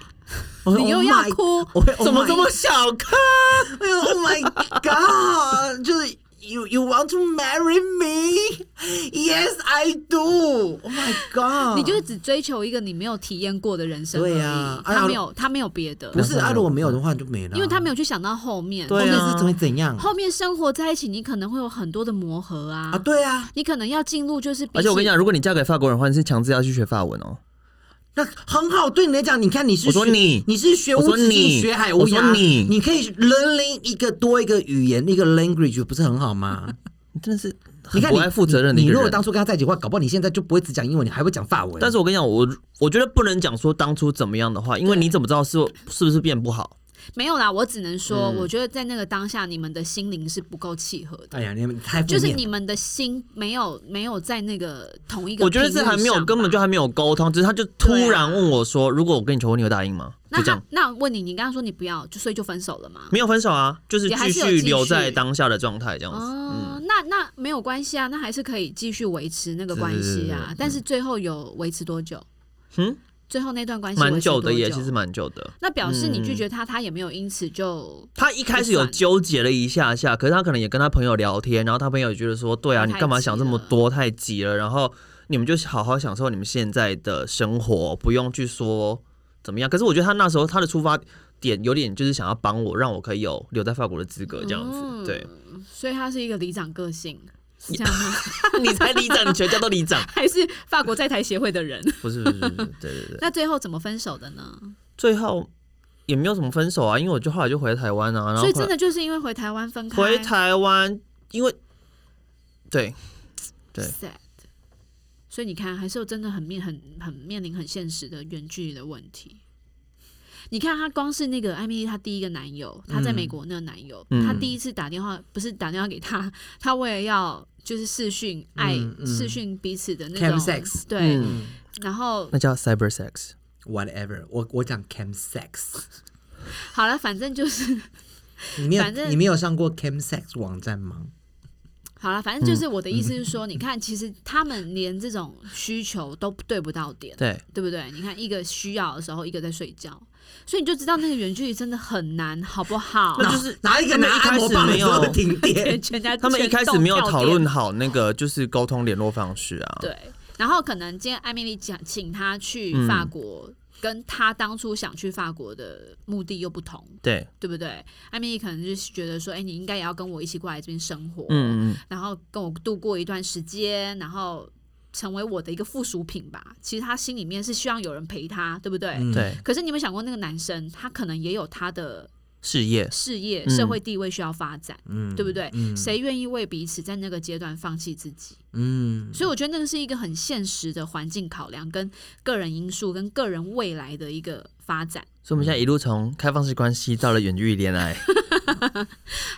我会你又 Oh 要 my- 哭我会 Oh 怎么 my- 这么小看？ (laughs) 哎呦，Oh my God！就是 You you want to marry me? Yes, I do. Oh my God！你就是只追求一个你没有体验过的人生而已，对啊啊他没有，他没有别的，不是啊？如果没有的话就没了啊，因为他没有去想到后面，对后啊面是怎么怎样后面生活在一起，你可能会有很多的磨合啊，啊？对啊，你可能要进入就是，而且我跟你，讲，如果你嫁给法国人的话，你是强制要去学法文哦。那很好，对你来讲，你看你是我说学你你是学我无说止境你学海我无说涯，你你可以 learning 一个多一个语言，一个 language 不是很好吗？你真的是很你看不你爱负责任的你一你个如果人。当初跟他在一起的话，搞不好你现在就不会只讲英文，你还会讲法文。但是我跟你讲，我我觉得不能讲说当初怎么样的话，因为你怎么知道是是不是变不好？没有啦，我只能嗯说，我觉得在那个当下，你们的心灵是不够契合的。哎呀，你们太负嗯就是面你们的心没有没有在那个同一个，我觉得这还没有，根本就。还没有沟通，只是他就突然问我说：“如果我跟你求婚，你会答应吗？”那就这他样，那问你，你刚刚说你不要，就所以就分手了嘛？没有分手啊，就是也还继是有续继留在续当下的状态这样子。哦，那那没有关系啊，那还是可以继续维持那个关系啊。但是最后有维持多久？嗯，最后那段关系蛮维持多久的耶，其实蛮久的。那表示你拒绝他，他也没有因此就他一开始有纠结了一下下，可是他可能也跟他朋友聊天，然后他朋友也觉得说：“对啊，太你干嘛想这么多？太急了。”然后你们就好好享受你们现在的生活，不用去说怎么样。可是我觉得他那时候他的出发点有点就是想要帮我，让我可以有留在法国的资格这样子。嗯对，所以他是一个里长个性，是这样吗？你才里长，你全家都里长，还是法国在台协会的人？ (laughs) 不是不是不是，对对对。那最后怎么分手的呢？最后也没有怎么分手啊，因为我就后来就回台湾啊，然后所以后来真的就是因为回台湾分开，回台湾，因为对对 sad。所以你看，还是有真的很面很很面临很现实的远距离的问题。你看，她光是那个艾米丽，她第一个男友，她在美国那个男友，嗯她第一次打电话不是打电话给他，她为了要就是视讯爱、嗯嗯视讯彼此的那种 Cam sex 对，嗯然后那叫 cyber sex。 whatever，我我讲 cam sex，好了，反正就是你没反有正你没有上过 cam sex 网站吗？好了，反正嗯就是我的意思是说，你看，其实他们连这种需求都对不到点，对，对不对？你看，一个需要的时候，一个在睡觉，所以你就知道那个远距离真的很难，好不好？，那就是拿一个他们拿一开按摩始棒的没时候有停电 (laughs) 全家他们一全开始栋没有跳讨电论好那个就是沟通联络方式啊。对，然后可能今天艾米丽讲请他去嗯法国，跟他当初想去法国的目的又不同，对，对不对？艾米丽可能就是觉得说，哎，你应该也要跟我一起过来这边生活，嗯嗯然后跟我度过一段时间，然后成为我的一个附属品吧。其实他心里面是希望有人陪他，对不对？嗯，嗯对，可是你有没有想过，那个男生他可能也有他的事业事业、嗯社会地位需要发展，嗯对不对？嗯谁愿意为彼此在那个阶段放弃自己？嗯，所以我觉得那个是一个很现实的环境考量，跟个人因素，跟个人未来的一个发展。所以我们现在一路从开放式关系到了远距离恋爱。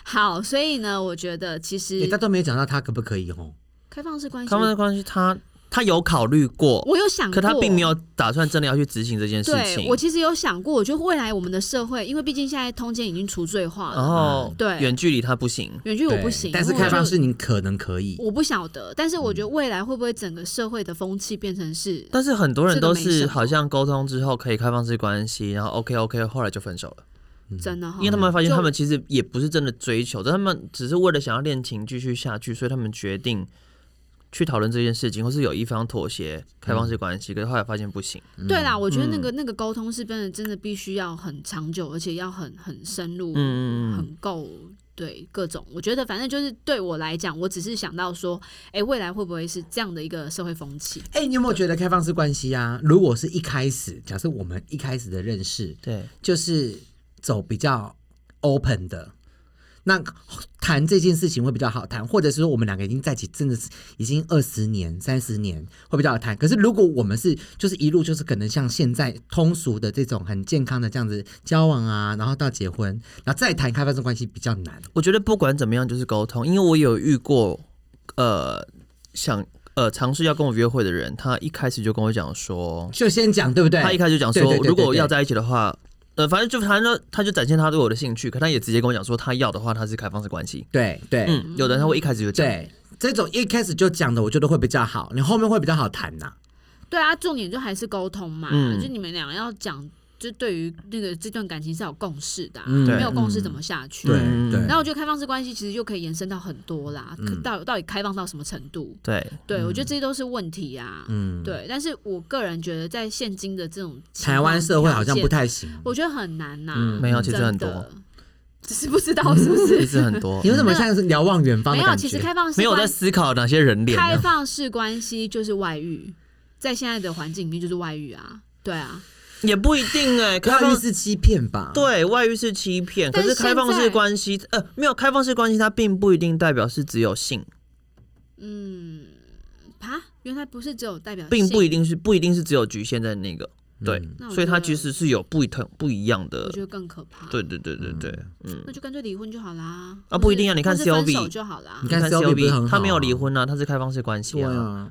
好，所以呢，我觉得其实诶他都没有讲到他可不可以哦。开放式关系开，放式关系，他他有考虑过，嗯我有想过，可他并没有打算真的要去执行这件事对情我。其实有想过，我觉得未来我们的社会，因为毕竟现在通奸已经除罪化然了，后对远距离他不行，远距离我对不行，但是因为开我放就式你可能可以。我不晓得，但是我嗯觉得未来会不会整个社会的风气变成是，但是很多人都这个没什是么好像沟通之后可以开放式关系，然后 OK OK，后来就分手了。真哦的哈嗯因为他们发现就他们其实也不是真的追求，但他们只是为了想要恋情继续下去，所以他们决定去讨论这件事情，或是有一方妥协开放式关系。可是后来发现不行，对啦，我觉得嗯那个、那个沟通是真的，真的必须要很长久，而且要很很深入，嗯嗯嗯很够。对各种，我觉得反正就是对我来讲，我只是想到说，哎，未来会不会是这样的一个社会风气？哎、你有没有觉得开放式关系啊？如果是一开始，假设我们一开始的认识对，就是走比较 open 的，那谈这件事情会比较好谈，或者是说我们两个已经在一起，真的是已经二十年、三十年会比较好谈。可是如果我们是就是一路就是可能像现在通俗的这种很健康的这样子交往啊，然后到结婚，然后再谈开放式关系比较难。我觉得不管怎么样就是沟通，因为我有遇过，呃，想呃尝试要跟我约会的人，他一开始就跟我讲说，就先讲对不对？他一开始就讲对对说对，对如果对要在一起的话，呃，反正就反正他就展现他对我的兴趣，可他也直接跟我讲说，他要的话他是开放式关系。对对、嗯，有的人他会一开始就讲，对，这种一开始就讲的，我觉得会比较好，你后面会比较好谈呐、对啊，重点就还是沟通嘛，嗯就你们俩要讲，就对于那个这段感情是要有共识的啊、嗯没对有共识怎么下去？对嗯对，然后我觉得开放式关系其实就可以延伸到很多啦，可嗯到到底开放到什么程度？对，对、我觉得这些都是问题啊。嗯，对，但是我个人觉得在现今的这种情况台湾社会好像条件不太行。我觉得很难呐、嗯没有其实真的很多，只是不知道是不一 (laughs) 是？直很多你。们怎么像是遥望远 (laughs) 方没的有，感其实觉？开放式没有我在关思考哪些人脸开呢？放式关系就是外遇，在现在的环境里面就是外遇啊，对啊，也不一定 (laughs) 哎、开外遇放是欺骗吧？，对外遇是欺骗，可但是是开放现式在关系呃没有开放式关系，它并不一定代表是只有性，嗯，啊，原来不是只有代表性，并不一定是不一定是只有局限在那个嗯对，那我所以它觉其得实是有不一同不一样嗯我的觉，得更可怕。对，对对对对，嗯那就干脆离婚就好啦。啊或不一是定啊你看或是分 CLB 手就好啦你。看 CLB 不是很好他没有啊离婚啊，他是开放式关系对啊。啊，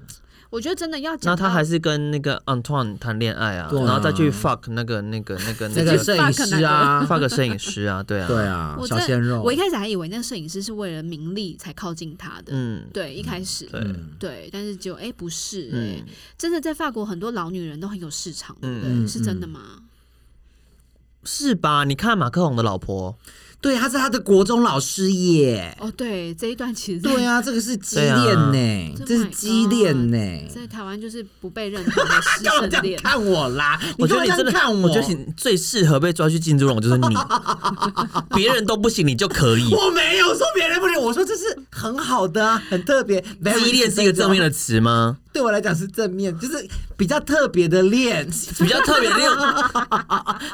我觉得真的要那讲到，他还是跟那个 Antoine 谈恋爱啊，对啊然后再去 fuck 那个那个那个那个摄影师啊， fuck 摄影师啊，对啊， (laughs) 对啊，我小真的鲜肉，我一开始还以为那个摄影师是为了名利才靠近他的，嗯，对，一开始，对，对，但是就哎、不是、哎、嗯，真的在法国很多老女人都很有市场，对不对？嗯是真的吗？是吧？你看马克宏的老婆，对，他是他的国中老师耶。嗯哦， (laughs) 对，这一段其实在对啊，这个是畸恋呢，对啊这是畸恋呢。在台湾就是不被认 (laughs) 同的师干嘛生这恋样。看我啦？我觉得干你嘛这真的样看我我，觉得你最适合被抓去进猪笼就是 (laughs) 你，别人都不行，你就可以。我没有说别人不行，我说这是很好的啊，很特别。 (laughs) 畸恋是一个正面的，词 (laughs) 吗？对我来讲是正面，就是比较特别的恋，比较特别的恋，啊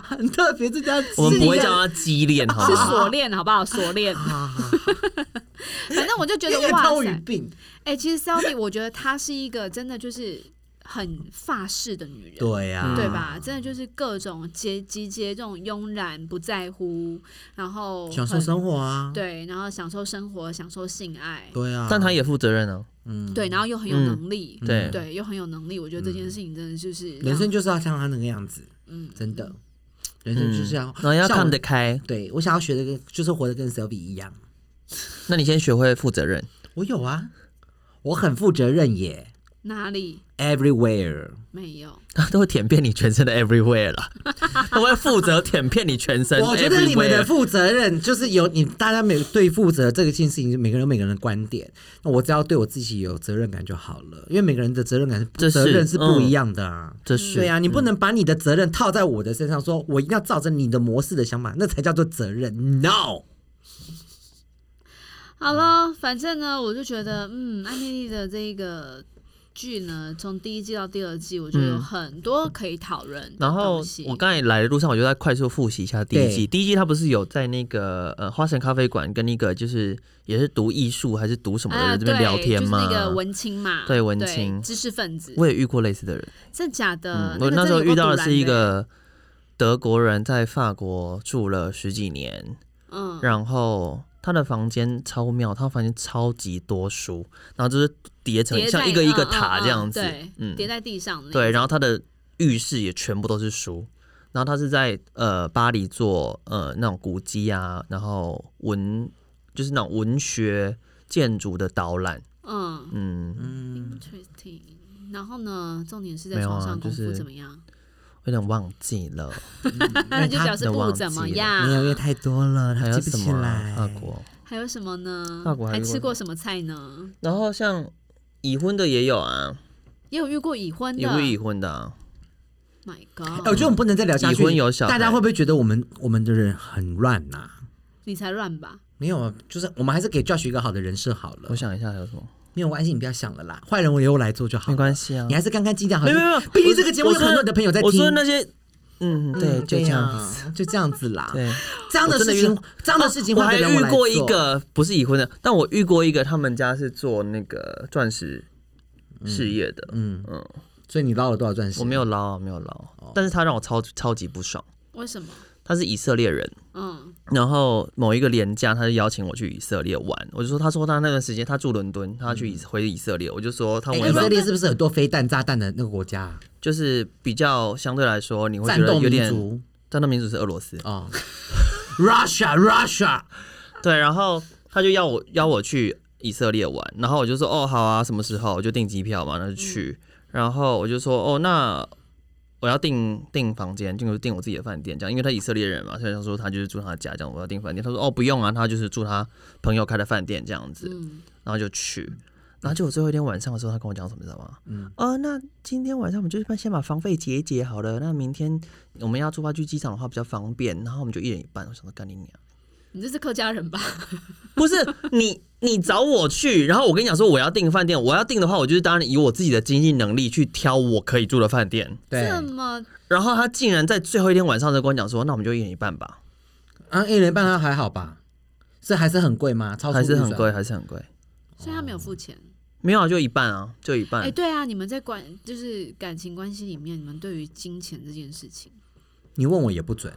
很特别，这叫我们不会讲叫它畸恋，好是啊吗？锁链，好不好？锁链。 (laughs) 反正我就觉一得个哇偷语塞，病。哎、其实 Selby，我觉得她是一个真的就是很法式的女人，对呀、啊，对？吧？真的就是各种节集结这种慵懒、不在乎，然后享受很生活啊，对，然后享受生活，享受性爱，对啊，但他也负责任啊，嗯，对，然后又很有嗯能力，对对，又很有能力。我觉得这件事情真的就是人让生就是要像他那个样子，嗯真的，人嗯，生就是要、然后要像我看得。开。对我想要学的跟就是活得跟 Selby 一样，那你先学会负责任，我有啊，我很负责任耶哪里，everywhere。没有。他都会舔遍你全身的 everywhere (laughs) 了，他会负责舔遍你全身。我觉得你们的负责任就是有你大家每对负责这个件事情，每个人有每个人的观点。那我只要对我自己有责任感就好了，因为每个人的责任感是不这是责任是不嗯一样的啊。这是嗯对啊，你不能把你的责任套在我的身上，说我一定要照着你的模式的想法，那才叫做责任。No，好了，反正呢，我就觉得，嗯，《艾米丽》的这个剧呢，从第一季到第二季，我觉得有嗯很多可以讨论的然后东西。我刚才来的路上，我就在快速复习一下第一季。对第一季它不是有在那个呃花神咖啡馆跟那个就是也是读艺术还是读什么的啊，人这边对聊天吗？就是那个文青嘛，对文青知识分子，我也遇过类似的人。嗯真假的？我呃个那时候真有够遇到的堵是一拦人，个德国人，在法国住了十几年，嗯，然后他的房间超妙，他房间超级多书，然后就是叠成叠在像一个一个嗯塔嗯这样子对，嗯，叠在地上的那对，种，然后他的浴室也全部都是书。然后他是在呃巴黎做呃那种古迹啊，然后文就是那种文学建筑的导览，嗯嗯，嗯， ，interesting。然后呢，重点是在没有床啊上功就夫是怎么样？我有点忘记了， (laughs) 那就表他示的不忘怎么记了样。没有，因为太多了，还他有记不什起么来啊。法国？还有什么呢法国？还还有吃什么过什么菜呢？然后像已婚的也有啊，也有遇过已婚的。有已婚的、啊， My 哎、我哦 God，觉得我们不能再聊下去。已婚有小孩大家会不会觉得我们我们的人很乱呐、你才乱吧？没有啊，就是我们还是给 Josh 一个好的人设好了我。想一下还有什么，没有关系，你不要想了啦，坏人我由我来做就好。没关系、系啊你。还是干干净净好。没有没有没有，毕竟我这个节目有很多你的朋友在听。我说那些，嗯，对，嗯就这样子。子、就这样子啦。对，这样的我真事的情遇，这样的事情哦我换还得了我遇来过一做，个不是已婚的，但我遇过一个，他们家是做那个钻石事业的，嗯嗯所以你捞了多少钻石？我没有捞啊，没有捞，哦但是他让我超超级不爽。为什么？他是以色列人，嗯，然后某一个廉假，他就邀请我去以色列玩，我就说，他说他那段时间他住伦敦，他嗯去以回以色列，我就说他哎。问我以要不色要，列是不是很多飞弹、炸弹的那个国家啊？就是比较相对来说，你会觉战得斗有民点族战斗民族是俄罗斯，哦，Russia Russia，对，然后他就要我邀我去以色列玩，然后我就说哦好啊，什么时候我就订机票嘛，那就去，然后我就说哦那我要订订房间，就是订我自己的饭店这样，因为他以色列人嘛，所以他说他就是住他家这样，我要订饭店，他说哦不用啊，他就是住他朋友开的饭店这样子，嗯然后就去。然后结果最后一天晚上的时候，他跟我讲什么，你知道吗？嗯，呃，那今天晚上我们就是先把房费结一结好了。那明天我们要出发去机场的话比较方便，然后我们就一人一半。我想说干你娘！你这是客家人吧？不是你，你找我去，然后我跟你讲说我要订饭店，我要订的话，我就是当然以我自己的经济能力去挑我可以住的饭店。对，这么然后他竟然在最后一天晚上就跟我讲说，那我们就一人一半吧，啊，一人半他还好吧？是还是很贵吗？超出还是很预算贵，。还是很贵。所以他没有付钱。没有啊，就一半啊，就一哎、半。对啊，你们在关就是感情关系里面，你们对于金钱这件事情，你问我也不准，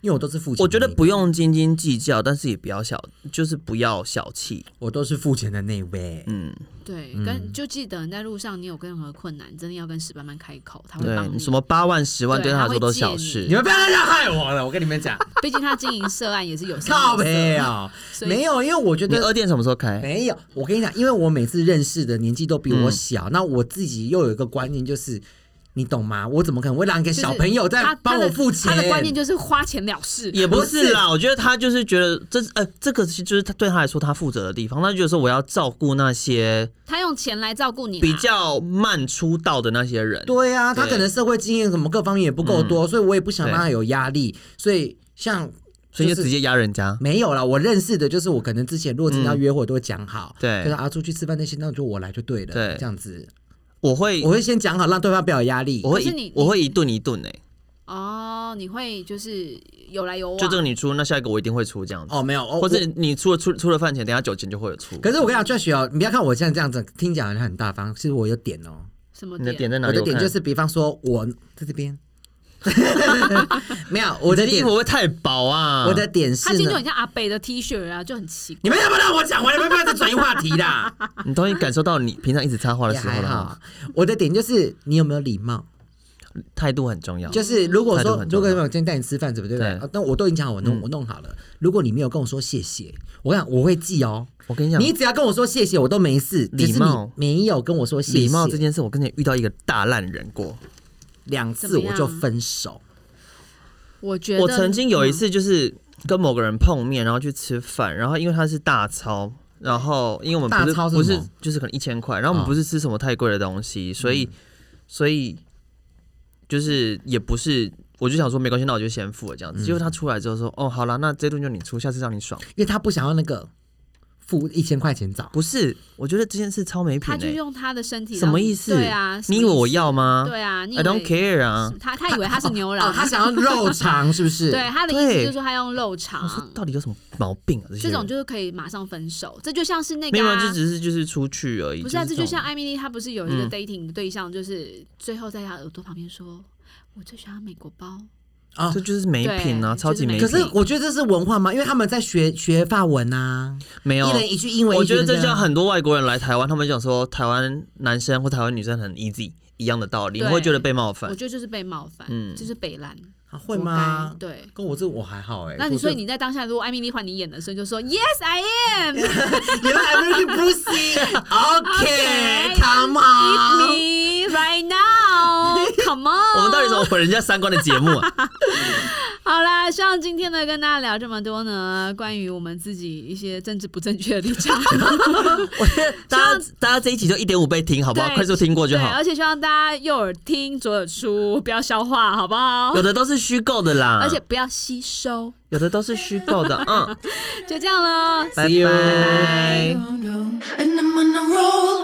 因为我都是付钱。我觉得不，用斤斤计较，但是也不要小，就是不要小气。我都是付钱的那位。嗯，对，跟就记得你在路上你有任何困难，真的要跟史班班开口，他会对帮，你。你什么？八万、十万对对他来他说会都借小你你事。们不要再害我了，我跟你们讲， (laughs) 毕竟他经营涉案也是有声靠有色背哦，所以没有，因为我觉你得二店什么时候开？没有，我跟你讲，因为我每次认识的年纪都比我小，那我自己又有一个观念，就是你懂吗？我怎么可能会让一个就是小朋友在他帮我他的付钱？他的观念就是花钱了事。也不是啦，不我觉得他就是觉得这呃，这个是就是他对他来说他负责的地方，他就觉得说我要照顾那些他用钱来照顾你啊啦，比较慢出道的那些人。对啊，对嗯他可能社会经验什么各方面也不够多，所以我也不想让他有压力，所以像所以就就是直接压人家。没有啦，我认识的就是我可能之前如果真的要约会，我都会讲好，嗯对就是啊出去吃饭那些，那就我来就对了，对这样子，我会，我我会先讲好，让对方不要有压力。会可是你一，我会一顿一顿哎，哦，你会就是有来有往，就这个你出，那下一个我一定会出这样子，哦，没有，哦或者我你出了出出了饭钱，等一下酒钱就会有出。可是我跟你讲，Josh 哦，你不要看我现在这样子，听讲好像很大方，其实我有点哦，什么你的点在哪我里？的点看就是，比方说我在 (laughs) 这边，没有，我我的的衣点服，会不会太薄啊，我的点是他今天呢有很像阿北的 T 恤啊，就很奇怪。你们要不要让我讲完？你们不要再转移话题啦。你终于感受到你平常一直插话的也时候还好了，，我的点就是你有没有礼貌。态度很重要。就是如果哦态度说很重如要果有今天带你吃饭，对不对？对嗯啊那我都已经讲好，我弄我弄好了。如果你没有跟我说谢谢，我想我会记哦。我跟你讲，你只要跟我说谢谢，我都没事。礼只是貌你没有跟我说谢谢，礼貌这件事，我跟你遇到一个大烂人过。两怎次么我就样分手。我觉得嗯我曾经有一，次就是跟某个人碰面，然后去吃饭，然后因为他是大钞，然后因为我们不是大钞是不什是么就是可能一千块，然后我们哦不嗯是吃什么太贵的东西，所以所以就是也不是。我就想说没关系，那我就先付了这样子。结果嗯他出来之后说：“哦，好啦，那这顿就你出，下次让你爽。因为他不想要那个付一千块钱”找。不是，我觉得这件事超没品他的、就用他的身体让你，什么意思？对啊，你以为我要吗？什么意思？对啊，你以，I 为 don't care 啊。他他以为他是牛郎，哦，他想要肉肠是不 (laughs) 是？对他的意思对就是说他用肉我说肠，到底有什么毛病啊？这些这人种就是可以马上分手，这就像是那没个有，啊就只是就是出去而已。不是啊，这是就种像艾米丽，她不是有一个嗯 dating 的对象，就是最后在她耳朵旁边说：“我最喜欢美国包。啊这。就是没品啊，对超级没品。就可是美是我觉得这是文化嘛，因为他们在学学法文啊，没有一，人一句英文。我觉得一句这那个像很多外国人来台湾，他们讲说台湾男生或台湾女生很 easy 一样的道理，你对会觉得被冒”我犯。觉得就是被冒犯，嗯就是北兰，啊会活吗该？对。跟我这我还好哎。那你我是所以你在当下，如果艾米丽换你演的时候，你就说 Yes I (laughs) am, 你们 American Pussy，OK，Come (laughs) eat on。me right now, come on。我们到底什么啊我们人家三观的节 (laughs) 目啊，好啦，希望今天呢跟大家聊这么多呢，关于我们自己一些政治不正确的立场，我觉得大家大家这一集就一点五倍听好不好？对快速听过就对，好而，且希望大家右耳听左耳出，不要消化，好不好有？的都是虚构的啦，而且不要吸收，有的都是虚构的， (laughs) 嗯，就这样喽，拜 See you 拜。 (laughs) And I'm on a roll.